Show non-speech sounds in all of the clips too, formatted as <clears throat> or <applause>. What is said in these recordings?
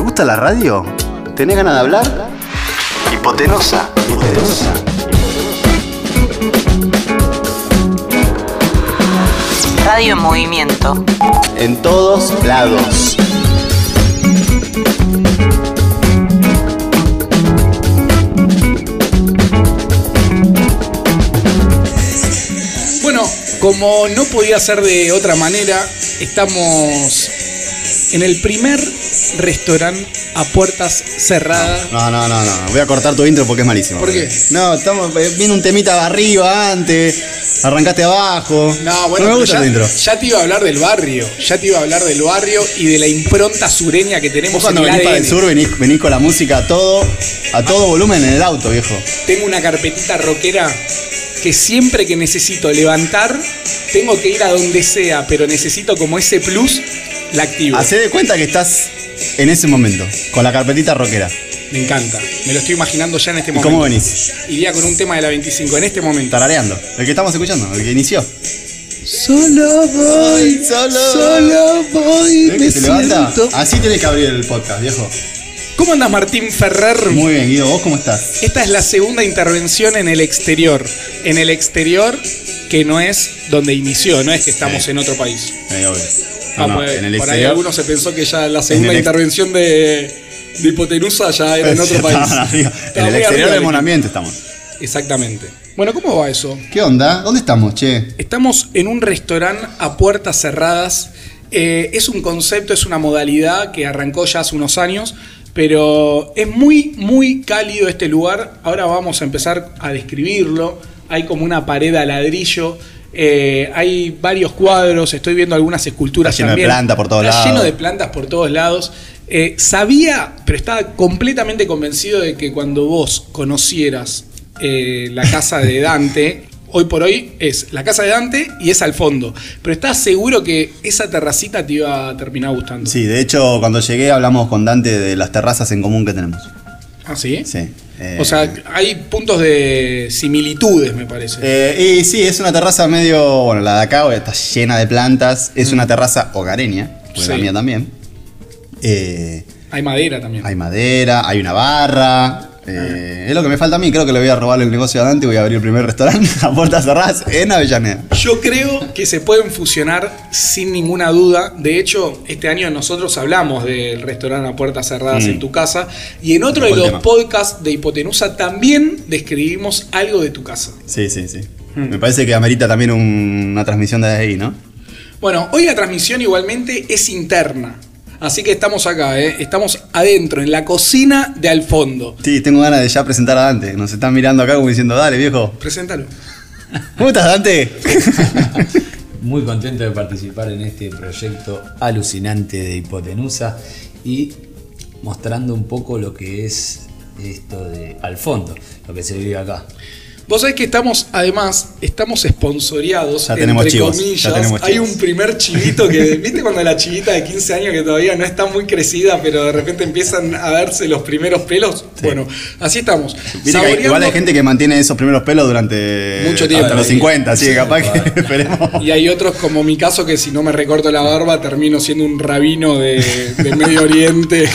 gusta la radio? ¿Tenés ganas de hablar? Hipotenusa. Hipotenusa. Radio en Movimiento. En todos lados. Bueno, como no podía ser de otra manera, estamos en el primer restaurante a puertas cerradas. No, no, no, no. Voy a cortar tu intro porque es malísimo. ¿Por qué? No, estamos eh, viene un temita arriba antes. Arrancaste abajo. No, bueno, me pero gusta ya, tu intro. ya te iba a hablar del barrio, ya te iba a hablar del barrio y de la impronta sureña que tenemos Vos cuando en el venís para el ADN. sur venís, venís con la música a todo, a todo volumen en el auto, viejo. Tengo una carpetita rockera que siempre que necesito levantar, tengo que ir a donde sea, pero necesito como ese plus, la activo. Hacé de cuenta que estás en ese momento, con la carpetita rockera. Me encanta, me lo estoy imaginando ya en este ¿Y momento. cómo venís? Iría con un tema de la 25 en este momento. Tarareando. El que estamos escuchando, el que inició. Solo voy, solo- voy, ¿Ves que se levanta? Así tenés que abrir el podcast, viejo. ¿Cómo andas Martín Ferrer? Muy bien, Guido, ¿vos cómo estás? Esta es la segunda intervención en el exterior. En el exterior que no es donde inició, no es que estamos Sí. en otro país. Eh, obvio. No, Ah, no, pues, en el por ahí exterior. alguno se pensó que ya la segunda el ex- intervención de, de hipotenusa <laughs> ya era en otro país. Estaban <laughs> arriba. Estaba En el muy exterior arriba del del equipo. monamiento estamos. Exactamente. Bueno, ¿cómo va eso? ¿Qué onda? ¿Dónde estamos, che? Estamos en un restaurante a puertas cerradas. Eh, es un concepto, es una modalidad que arrancó ya hace unos años, pero es muy, muy cálido este lugar. Ahora vamos a empezar a describirlo. Hay como una pared a ladrillo. eh, hay varios cuadros, estoy viendo algunas esculturas Está lleno de también. plantas por todos Está lados. lleno de plantas por todos lados. Eh, sabía, pero estaba completamente convencido de que cuando vos conocieras eh, la casa de Dante, <laughs> hoy por hoy es la casa de Dante y es al fondo. Pero estás seguro que esa terracita te iba a terminar gustando. Sí, de hecho, cuando llegué hablamos con Dante de las terrazas en común que tenemos. ¿Ah, sí? Sí. eh, O sea, hay puntos de similitudes, me parece. eh, y sí, es una terraza medio. Bueno, la de acá está llena de plantas. Es una terraza hogareña, porque la Mm. Sí. mía también. Eh, hay madera también. hay madera, hay una barra. Ah. eh, es lo que me falta a mí. Creo que le voy a robar el negocio a Dante y voy a abrir el primer restaurante <laughs> a puertas cerradas en Avellaneda. Yo creo que se pueden fusionar sin ninguna duda. De hecho, este año nosotros hablamos del restaurante a puertas cerradas Mm. en tu casa. Y en otro de Buen los tema. podcasts de Hipotenusa también describimos algo de tu casa. Sí, sí, sí. Hmm. Me parece que amerita también un- una transmisión desde ahí, ¿no? Bueno, hoy la transmisión igualmente es interna. Así que estamos acá, ¿eh? estamos adentro, en la cocina de al fondo. Sí, tengo ganas de ya presentar a Dante. Nos están mirando acá como diciendo, dale, viejo. Preséntalo. ¿Cómo estás, <laughs> Dante? Muy contento de participar en este proyecto alucinante de Hipotenusa y mostrando un poco lo que es esto de al fondo, lo que se vive acá. Vos sabés que estamos, además, estamos sponsoreados, Ya tenemos entre chivos, ya comillas. tenemos Hay chivos. un primer chivito que, <laughs> ¿viste cuando la chivita de 15 años que todavía no está muy crecida, pero de repente empiezan a darse los primeros pelos? Bueno, así estamos. Viste que hay- igual hay Saboreando- gente que mantiene esos primeros pelos durante Mucho tiempo. Hasta los 50, así que Sí, capaz claro. que <laughs> esperemos. Y hay otros como mi caso que si no me recorto la barba termino siendo un rabino de, de Medio <laughs> Oriente.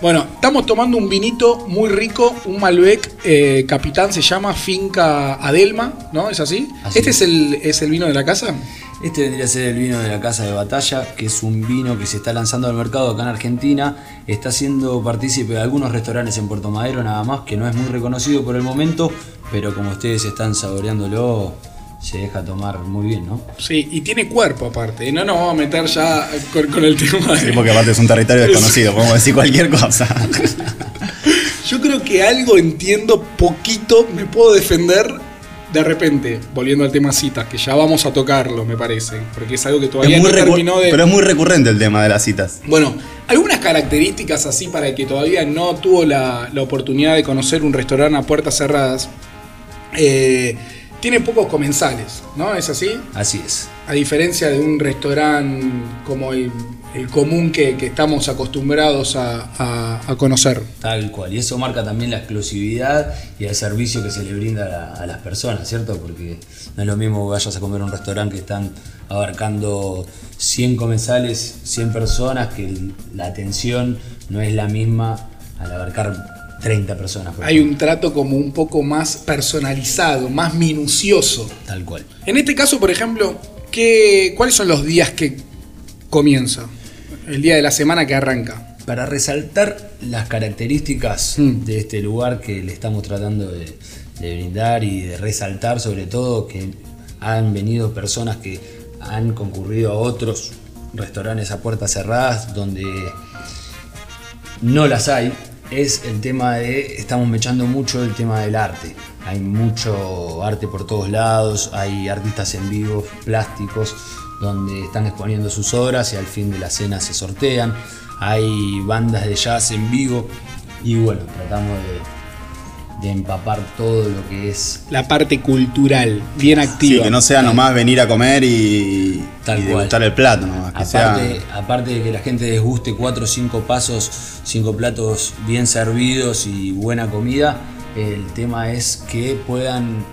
Bueno, estamos tomando un vinito muy rico, un Malbec eh, Capitán, se llama Finca Adelma, ¿no? ¿Es así? Así ¿Este es. es el, es el vino de la casa? Este vendría a ser el vino de la Casa de Batalla, que es un vino que se está lanzando al mercado acá en Argentina. Está siendo partícipe de algunos restaurantes en Puerto Madero nada más, que no es muy reconocido por el momento, pero como ustedes están saboreándolo, se deja tomar muy bien, ¿no? Sí, y tiene cuerpo aparte. y No nos vamos a meter ya con, con el tema. de- Sí, porque aparte es un territorio desconocido, podemos decir cualquier cosa. <laughs> Yo creo que algo entiendo poquito, me puedo defender de repente, volviendo al tema citas, que ya vamos a tocarlo, me parece, porque es algo que todavía Es muy no recu- terminó de... Pero es muy recurrente el tema de las citas. Bueno, algunas características así para el que todavía no tuvo la, la oportunidad de conocer un restaurante a puertas cerradas. eh, tiene pocos comensales, ¿no? ¿Es así? Así es. A diferencia de un restaurante como el, el común que, que estamos acostumbrados a, a- a conocer. Tal cual, y eso marca también la exclusividad y el servicio que se le brinda a, la- a las personas, ¿cierto? Porque no es lo mismo que vayas a comer a un restaurante que están abarcando 100 comensales, 100 personas, que el- la atención no es la misma al abarcar 30 personas. por Hay ejemplo. un trato como un poco más personalizado, más minucioso. Tal cual. En este caso, por ejemplo, ¿qué, ¿cuáles son los días que comienza? El día de la semana que arranca. Para resaltar las características Mm. de este lugar que le estamos tratando de, de brindar y de resaltar, sobre todo que han venido personas que han concurrido a otros restaurantes a puertas cerradas donde no las hay, es el tema de, estamos mechando mucho el tema del arte. Hay mucho arte por todos lados, hay artistas en vivo, plásticos, donde están exponiendo sus obras y al fin de la cena se sortean. Hay bandas de jazz en vivo y bueno, tratamos de, de empapar todo lo que es La parte cultural, bien activa. Sí, que no sea nomás venir a comer y, Tal y cual. degustar el plato nomás. Que Aparte, sea, aparte de que la gente desguste cuatro o cinco pasos, cinco platos bien servidos y buena comida, el tema es que puedan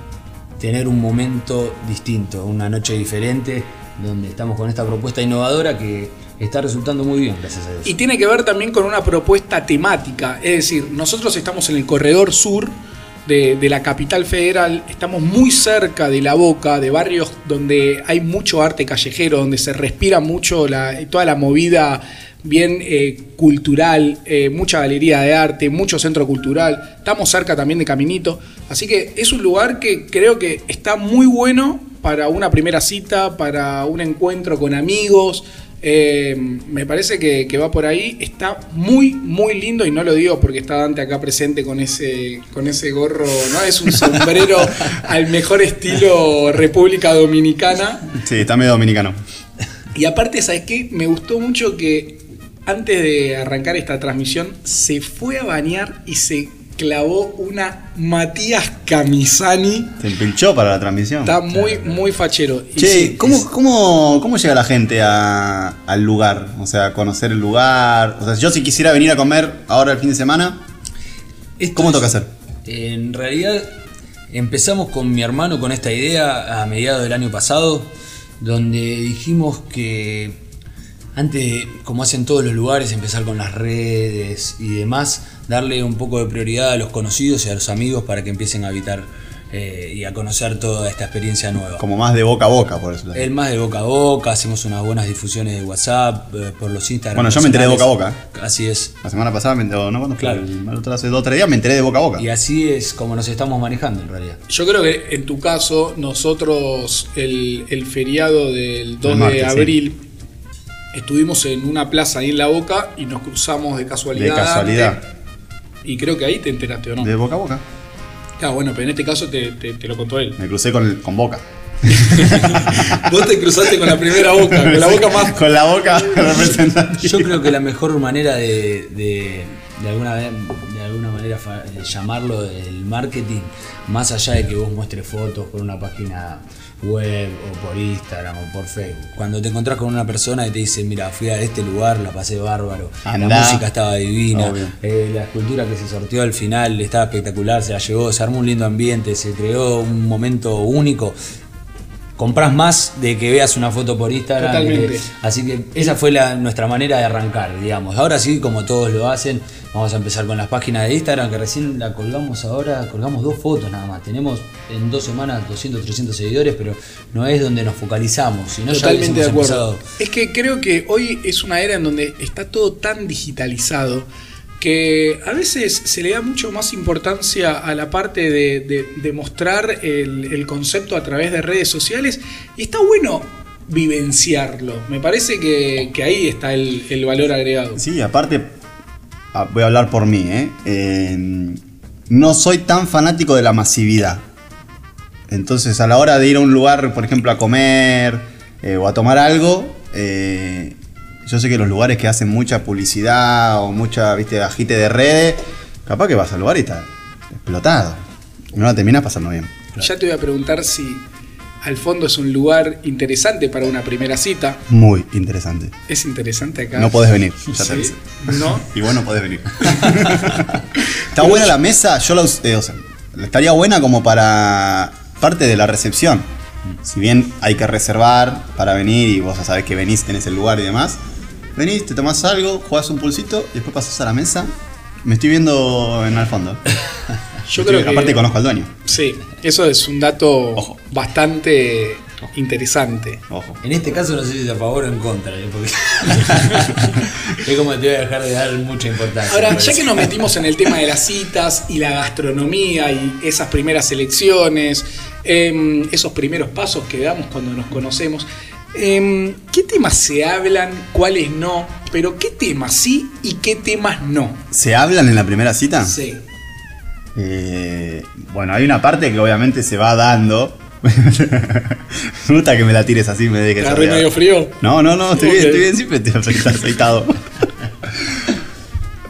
tener un momento distinto, una noche diferente, donde estamos con esta propuesta innovadora que está resultando muy bien, gracias a Dios. Y tiene que ver también con una propuesta temática. Es decir, nosotros estamos en el corredor sur de, de la capital federal, estamos muy cerca de la boca, de barrios donde hay mucho arte callejero, donde se respira mucho la- toda la movida bien eh, cultural, eh, mucha galería de arte, mucho centro cultural, estamos cerca también de Caminito, así que es un lugar que creo que está muy bueno para una primera cita, para un encuentro con amigos, eh, me parece que, que va por ahí. Está muy, muy lindo y no lo digo porque está Dante acá presente con ese, con ese gorro, ¿no? Es <laughs> un sombrero al mejor estilo República Dominicana. sí, está medio dominicano. Y aparte, ¿sabes qué? Me gustó mucho que antes de arrancar esta transmisión se fue a bañar y se clavó una Matías Camisani. Se empinchó para la transmisión. Está muy, muy fachero. Y sí, Ah, Che, ¿cómo, cómo, cómo llega la gente a- al lugar? O sea, a conocer el lugar. O sea, yo si quisiera venir a comer ahora el fin de semana, Esto ¿cómo es- toca hacer? En realidad empezamos con mi hermano con esta idea a mediados del año pasado, donde dijimos que antes, de, como hacen todos los lugares, empezar con las redes y demás, darle un poco de prioridad a los conocidos y a los amigos para que empiecen a habitar eh, y a conocer toda esta experiencia nueva. Como más de boca a boca, por eso. El más de boca a boca, hacemos unas buenas difusiones de WhatsApp, eh, por los Instagram. Bueno, yo me enteré de boca ¿eh? a personales. Así es. La semana pasada, me, o no, cuando Claro. hace dos o tres días me enteré de boca a boca. Y así es como nos estamos manejando en realidad. Yo creo que en tu caso, nosotros el, el feriado del 2 El de martes, abril estuvimos en una plaza ahí en La Boca y nos cruzamos de De casualidad. casualidad. Y creo que ahí te enteraste, ¿o no? De boca a boca. Claro, bueno, pero en este caso te, te- te lo contó <laughs> él. Me crucé con, el- con boca. Vos te cruzaste con la primera boca, con <laughs> la boca más. Con la <laughs> boca representativa. Yo creo que la mejor manera de, de, de alguna, vez- de alguna manera fa- de llamarlo el marketing, más allá de que vos muestres fotos por una página web o por Instagram o por Facebook. Cuando te encontrás con una persona y te dice, mira, fui a este lugar, la pasé bárbaro, la Andá. música estaba divina, Obvio. eh, la escultura que se sorteó al final estaba espectacular, se la llevó, se armó un lindo ambiente, se creó un momento único. Comprás más de que veas una foto por Instagram. Totalmente. que- Así que esa fue la- nuestra manera de arrancar, digamos. Ahora sí, como todos lo hacen, vamos a empezar con las páginas de Instagram, que recién la colgamos ahora, colgamos dos fotos nada más. Tenemos en dos semanas 200, 300 seguidores, pero no es donde nos focalizamos, sino Totalmente ya de hubiésemos acuerdo. empezado. Es que creo que hoy es una era en donde está todo tan digitalizado que a veces se le da mucho más importancia a la parte de, de- de mostrar el, el concepto a través de redes sociales y está bueno vivenciarlo. Me parece que, que ahí está el, el valor agregado. Sí, aparte, ah, voy a hablar por mí, ¿eh? Eh, No soy tan fanático de la masividad. Entonces, a la hora de ir a un lugar, por ejemplo, a comer eh, o a tomar algo, eh, yo sé que los lugares que hacen mucha publicidad o mucha, viste, agite de redes, capaz que vas al lugar y está explotado. No la terminas pasando bien. Ya te voy a preguntar si al fondo es un lugar interesante para una primera cita. Muy interesante. Es interesante acá. No podés venir, ya te Sí, aviso. No. Y vos no podés venir. <laughs> Está buena la mesa, yo la us- eh, o sea, estaría buena como para parte de la recepción. Si bien hay que reservar para venir y vos ya sabés que venís, tenés el lugar y demás, Venís, te tomás algo, jugás un pulsito y después pasás a la mesa. Me estoy viendo en al fondo. <laughs> Yo Estoy- creo que. Aparte conozco al dueño. Sí, eso es un dato Ojo. bastante interesante. Ojo. En este caso no sé si es a favor o en contra, ¿eh? porque <laughs> es como que te voy a dejar de dar mucha importancia. me Ahora, ya parece. que nos metimos en el tema de las citas y la gastronomía y esas primeras elecciones, em, esos primeros pasos que damos cuando nos conocemos, em, ¿qué temas se hablan, cuáles no? Pero ¿qué temas sí y qué temas no? ¿Se hablan en la primera cita? Sí. Eh, bueno, hay una parte que obviamente se va dando. <laughs> me gusta que me la tires así, me dejes ¿Te agarré arriba. medio frío? No, no, no, estoy bien, Ok. estoy bien, siempre te afecta afeitado. <laughs>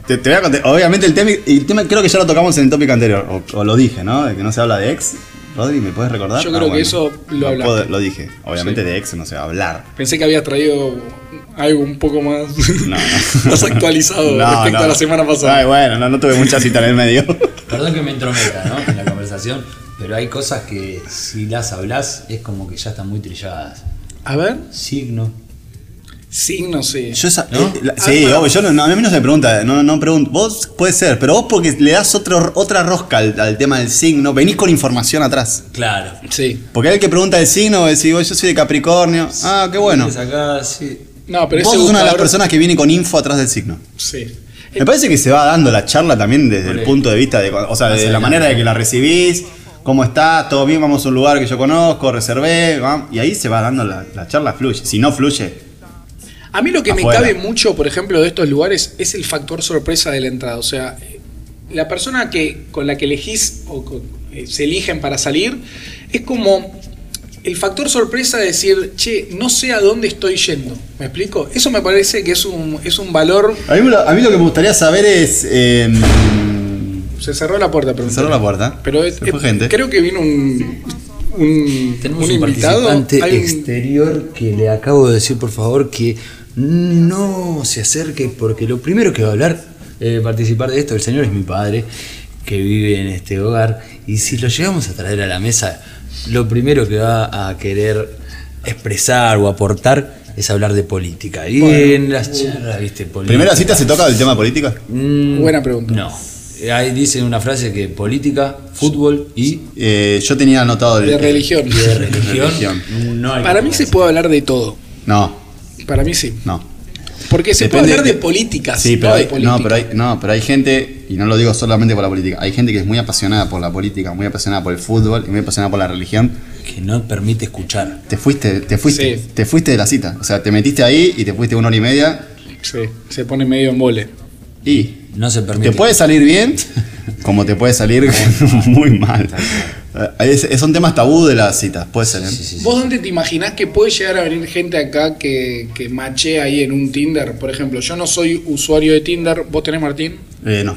te, te voy a contar. Obviamente el tema, el tema creo que ya lo tocamos en el tópico anterior, o, o lo dije, ¿no? De que no se habla de ex. Rodri, ¿me puedes recordar? Ah, Yo creo que eso lo hablaste. puedo- Lo dije. Obviamente Sí. de ex no se va a <laughs> hablar. Pensé que había traído algo un poco más, No, no. <laughs> más actualizado <laughs> No, respecto no. Ah, a la semana Ay, pasada. bueno, no, no tuve mucha cita en el medio. Perdón que me entrometa ¿no? en la conversación, pero hay cosas que si las hablas es como que ya están muy trilladas. A ver, Signo. sí, no <laughs> sé. Yo esa- ¿No? eh, la- sí, Ah, obvio, yo no- no, a mí no se me pregunta, no, no pregunto. Vos puede ser, pero vos porque le das otro, otra rosca al, al tema del signo, venís con información atrás. Claro. Sí. Porque el que pregunta el signo, decís, vos, yo soy de Capricornio. Ah, qué bueno. Vienes acá, sí. No, pero Vos ese sos una de las buscador- personas que viene con info atrás del signo. Sí. Me parece que se va dando la charla también desde el Vale. punto de vista de, o sea, Más de la adelante. manera de que la recibís, cómo estás, todo bien, vamos a un lugar que yo conozco, reservé, vamos, y ahí se va dando la, la charla, fluye. Si no fluye, A mí lo que Afuera. me cabe mucho, por ejemplo, de estos lugares es el factor sorpresa de la entrada. O sea, eh, la persona que, con la que elegís o con- eh, se eligen para salir es como el factor sorpresa de decir, che, no sé a dónde estoy yendo. ¿Me explico? Eso me parece que es un, es un valor. a mí, lo- a mí lo que me gustaría saber es... eh, Se cerró la puerta, pero. cerró la puerta. Pero es- Se fue eh, gente. creo que vino un. un, Tenemos un un, invitado. participante este Hay un- exterior que le acabo de decir, por favor, que no se acerque, porque lo primero que va a hablar, eh, participar de esto, el señor es mi padre, que vive en este hogar, y si lo llegamos a traer a la mesa, lo primero que va a querer expresar o aportar es hablar de política. Y en las charlas, viste, política. Primera cita se toca el tema político. Mm, Buena pregunta. No. Eh, Ahí dicen una frase que política, fútbol y, Eh, yo tenía anotado... el- De religión. y de religión. Religión. no hay que Para mí se puede hablar de todo. No, Para mí sí. no. Porque se Depende puede hablar de, de- políticas, Sí, pero, no de hay, política. No, pero hay, no, pero hay gente, y no lo digo solamente por la política, hay gente que es muy apasionada por la política, muy apasionada por el fútbol y muy apasionada por la religión. que no permite escuchar. Te fuiste, te fuiste, Sí. te fuiste de la cita. O sea, te metiste ahí y te fuiste una hora y media Sí, se pone medio en vole. y No se permite. te puede salir bien, <laughs> como te puede salir <laughs> muy mal. Eh, es- es- son temas tabú de las citas, puede ser. ¿eh? Sí, sí, sí. ¿Vos dónde te imaginás que puede llegar a venir gente acá que, que maché ahí en un Tinder? Por ejemplo, yo no soy usuario de Tinder. ¿Vos tenés, Martín? Eh, no.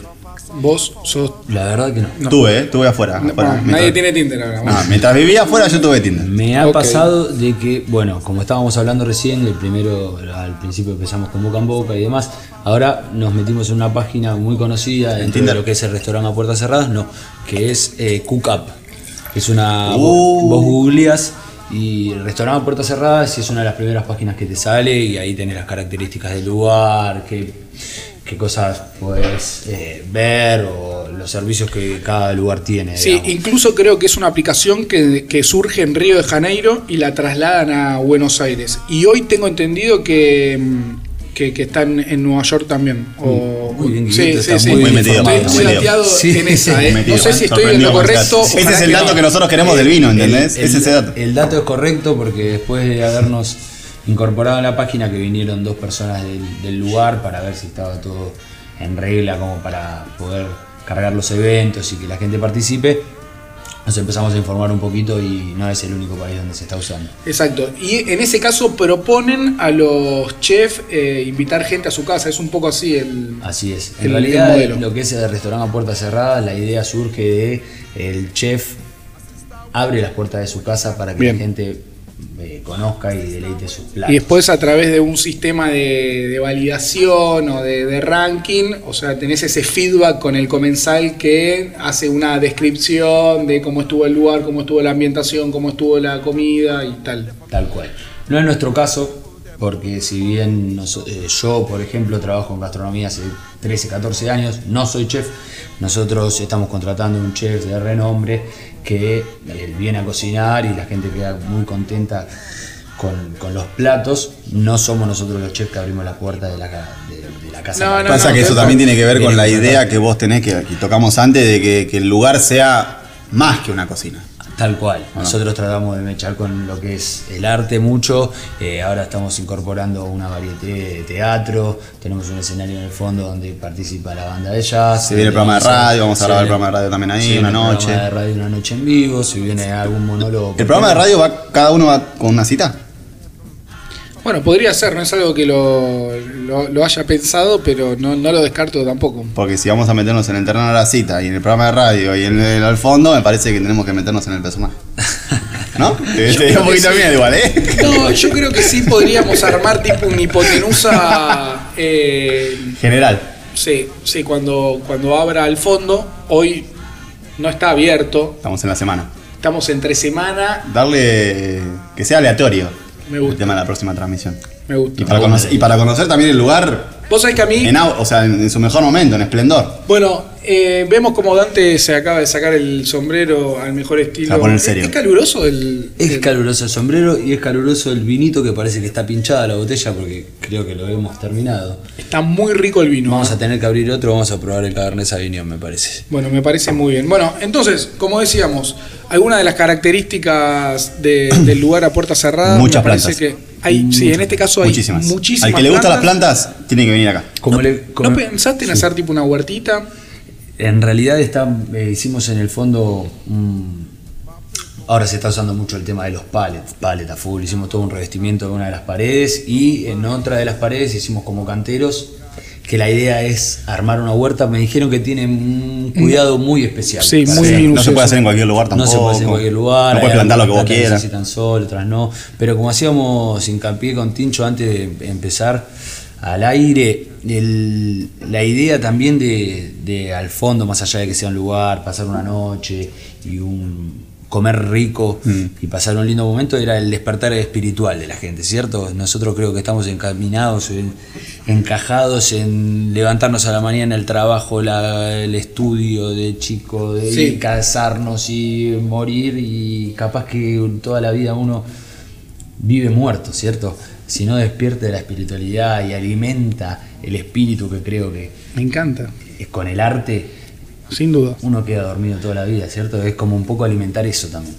Vos sos... La verdad que no. No. Tuve, eh, tuve afuera. No, afuera, nadie mientras- tiene Tinder ahora. No, mientras vivía afuera yo tuve Tinder. Me ha Ok. pasado de que, bueno, como estábamos hablando recién, el primero, al principio empezamos con boca en boca y demás, ahora nos metimos en una página muy conocida dentro Tinder? de lo que es el restaurante a puertas cerradas, no, que es eh, Cook Up. Es una. Uh. Vos googleás y el restaurante a puertas cerradas y es una de las primeras páginas que te sale y ahí tenés las características del lugar, qué, qué cosas puedes eh, ver o los servicios que cada lugar Eh, tiene. Sí, digamos. incluso creo que es una aplicación que, que surge en Río de Janeiro y la trasladan a Buenos Aires. Y hoy tengo entendido que, mm, que, que están en Nueva York también. O, Muy bien, sí, Guillito, sí, estás sí. muy bien Estoy- informado, estoy muy bien. dateado Sí. en esa, eh. Metido, No sé si estoy en sorprendido lo con el correcto. dato. Ese ojalá es el que dato no. que nosotros queremos del vino, ¿entendés? El- Ese es el dato. El dato es correcto porque después de habernos incorporado a la página que vinieron dos personas del, del lugar para ver si estaba todo en regla como para poder cargar los eventos y que la gente participe, nos empezamos a informar un poquito y no es el único país donde se está usando. Exacto. Y en ese caso proponen a los chefs eh, invitar gente a su casa. Es un poco así el. Así es. El- En realidad, el modelo. lo que es el restaurante a puertas cerradas, la idea surge de el chef abre las puertas de su casa para que Bien. la gente eh, conozca y deleite sus platos. Y después a través de un sistema de, de validación o de, de ranking, o sea, tenés ese feedback con el comensal que hace una descripción de cómo estuvo el lugar, cómo estuvo la ambientación, cómo estuvo la comida y tal. Tal cual. No es nuestro caso, porque si bien nos- eh, yo, por ejemplo, trabajo en gastronomía hace 13, 14 años, no soy chef, nosotros estamos contratando un chef de renombre que eh, viene a cocinar y la gente queda muy contenta con, con los platos. No somos nosotros los chefs que abrimos la puerta de la, ca- de- de la casa. No, no, Pasa que eso pero- también tiene que ver con la Viene idea que vos tenés que, que tocamos antes de que, que el lugar sea más que una cocina. Tal cual. Ah. Nosotros tratamos de mechar con lo que es el arte mucho. Eh, ahora estamos incorporando una variedad de teatro. Tenemos un escenario en el fondo donde participa la banda de jazz. Se viene el programa de radio, vamos a Se grabar el viene- programa de radio también ahí, se viene una el programa noche. de radio una noche en vivo. Si viene algún monólogo. El programa de radio va, cada uno va con una cita. Bueno, podría ser, no es algo que lo, lo- lo haya pensado, pero no, no lo descarto tampoco. Porque si vamos a meternos en el terreno de la cita y en el programa de radio y en el al fondo, me parece que tenemos que meternos en el <laughs> personaje. ¿No? Te, te dio un poquito de miedo igual, ¿eh? No, yo creo que sí podríamos armar tipo una hipotenusa. eh, General. sí, sí, cuando, cuando abra al fondo. Hoy no está abierto, Estamos en la semana. estamos entre semana. Darle. que sea aleatorio. Me gusta. El tema de la próxima transmisión. Me Y gusta. para, conocer, y para conocer también el lugar, Vos sabés que a mí. en, au- o sea, en, en su mejor momento, en esplendor. Bueno, eh, vemos como Dante se acaba de sacar el sombrero al mejor estilo. Se va a poner ¿Es- serio. ¿Es, caluroso el.? Es el- caluroso el sombrero y es caluroso el vinito que parece que está pinchada la botella porque creo que lo hemos terminado. Está muy rico el vino. ¿eh? Vamos a tener que abrir otro, vamos a probar el Cabernet Sauvignon, me parece. Bueno, me parece muy bien. Bueno, entonces, como decíamos, algunas de las características de- <clears throat> del lugar a puerta cerrada. Muchas me parece plantas. que hay, sí, en este caso hay muchísimas. muchísimas. Al que le gustan las plantas, tiene que venir acá. Como ¿No, le- como- no pensaste en hacer tipo una huertita? En realidad está, eh, hicimos en el fondo un- Ahora se está usando mucho el tema de los palets, paleta full. Hicimos todo un revestimiento de una de las paredes y en otra de las paredes hicimos como canteros, que la idea es armar una huerta. Me dijeron que tienen un cuidado muy especial. Sí, para muy hacer. No se minucioso. puede hacer en cualquier lugar tampoco. No se puede hacer en cualquier lugar. No puedes hay plantar lo que vos algunas plantas quieras. Necesitan sol, otras no. Pero como hacíamos hincapié con Tincho antes de empezar al aire, el- la idea también de, de al fondo, más allá de que sea un lugar, pasar una noche y un comer rico Mm. y pasar un lindo momento era el despertar espiritual de la gente, ¿cierto? Nosotros creo que estamos encaminados, en- encajados en levantarnos a la mañana el trabajo, la- el estudio de chico, de Sí. casarnos y morir y capaz que toda la vida uno vive muerto, ¿cierto? Si no despierta de la espiritualidad y alimenta el espíritu que creo que Me encanta, es con el arte, sin duda. uno queda dormido toda la vida, ¿cierto? Es como un poco alimentar eso también.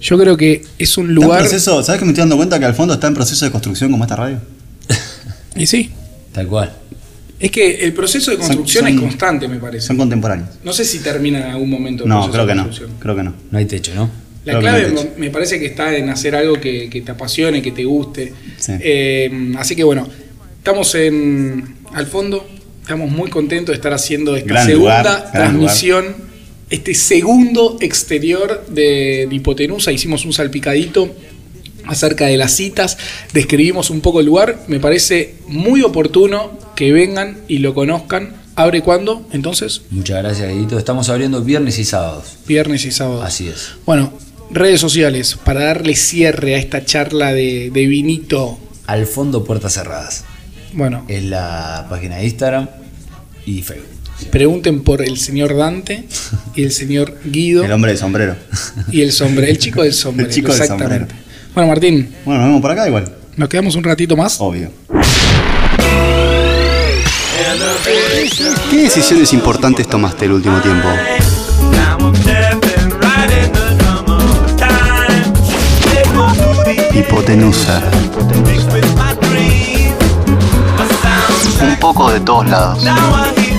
Yo creo que es un Está en lugar. proceso- ¿Sabes que me estoy dando cuenta que al fondo está en proceso de construcción como esta radio? Y sí. Tal cual. Es que el proceso de Son- construcción son- es constante, me parece. Son contemporáneos. No sé si termina en algún momento. el No, proceso creo de que no. construcción. Creo que no. No hay techo, ¿no? Creo La que clave no hay techo. me- me parece que está en hacer algo que, que te apasione, que te guste. Sí. Eh, así que bueno, estamos en al fondo, estamos muy contentos de estar haciendo esta Gran segunda lugar, gran transmisión, este segundo exterior de, de hipotenusa. Hicimos un salpicadito acerca de las citas, describimos un poco el lugar. Me parece muy oportuno que vengan y lo conozcan. ¿Abre cuándo? Entonces, Muchas gracias, Edito. Estamos abriendo viernes y sábados. viernes y sábado. Así es. Bueno, redes sociales, para darle cierre a esta charla de, de vinito. Al fondo, puertas cerradas. Bueno, Es la página de Instagram y Facebook. pregunten por el señor Dante y el señor Guido El hombre de sombrero. <laughs> y el sombrero, el chico del sombrero. El chico del exactamente. Bueno, Martín, Bueno, nos vemos por acá igual. nos quedamos un ratito más. Obvio. ¿Qué decisiones importantes tomaste el último tiempo? Hipotenusa. Un poco de todos lados.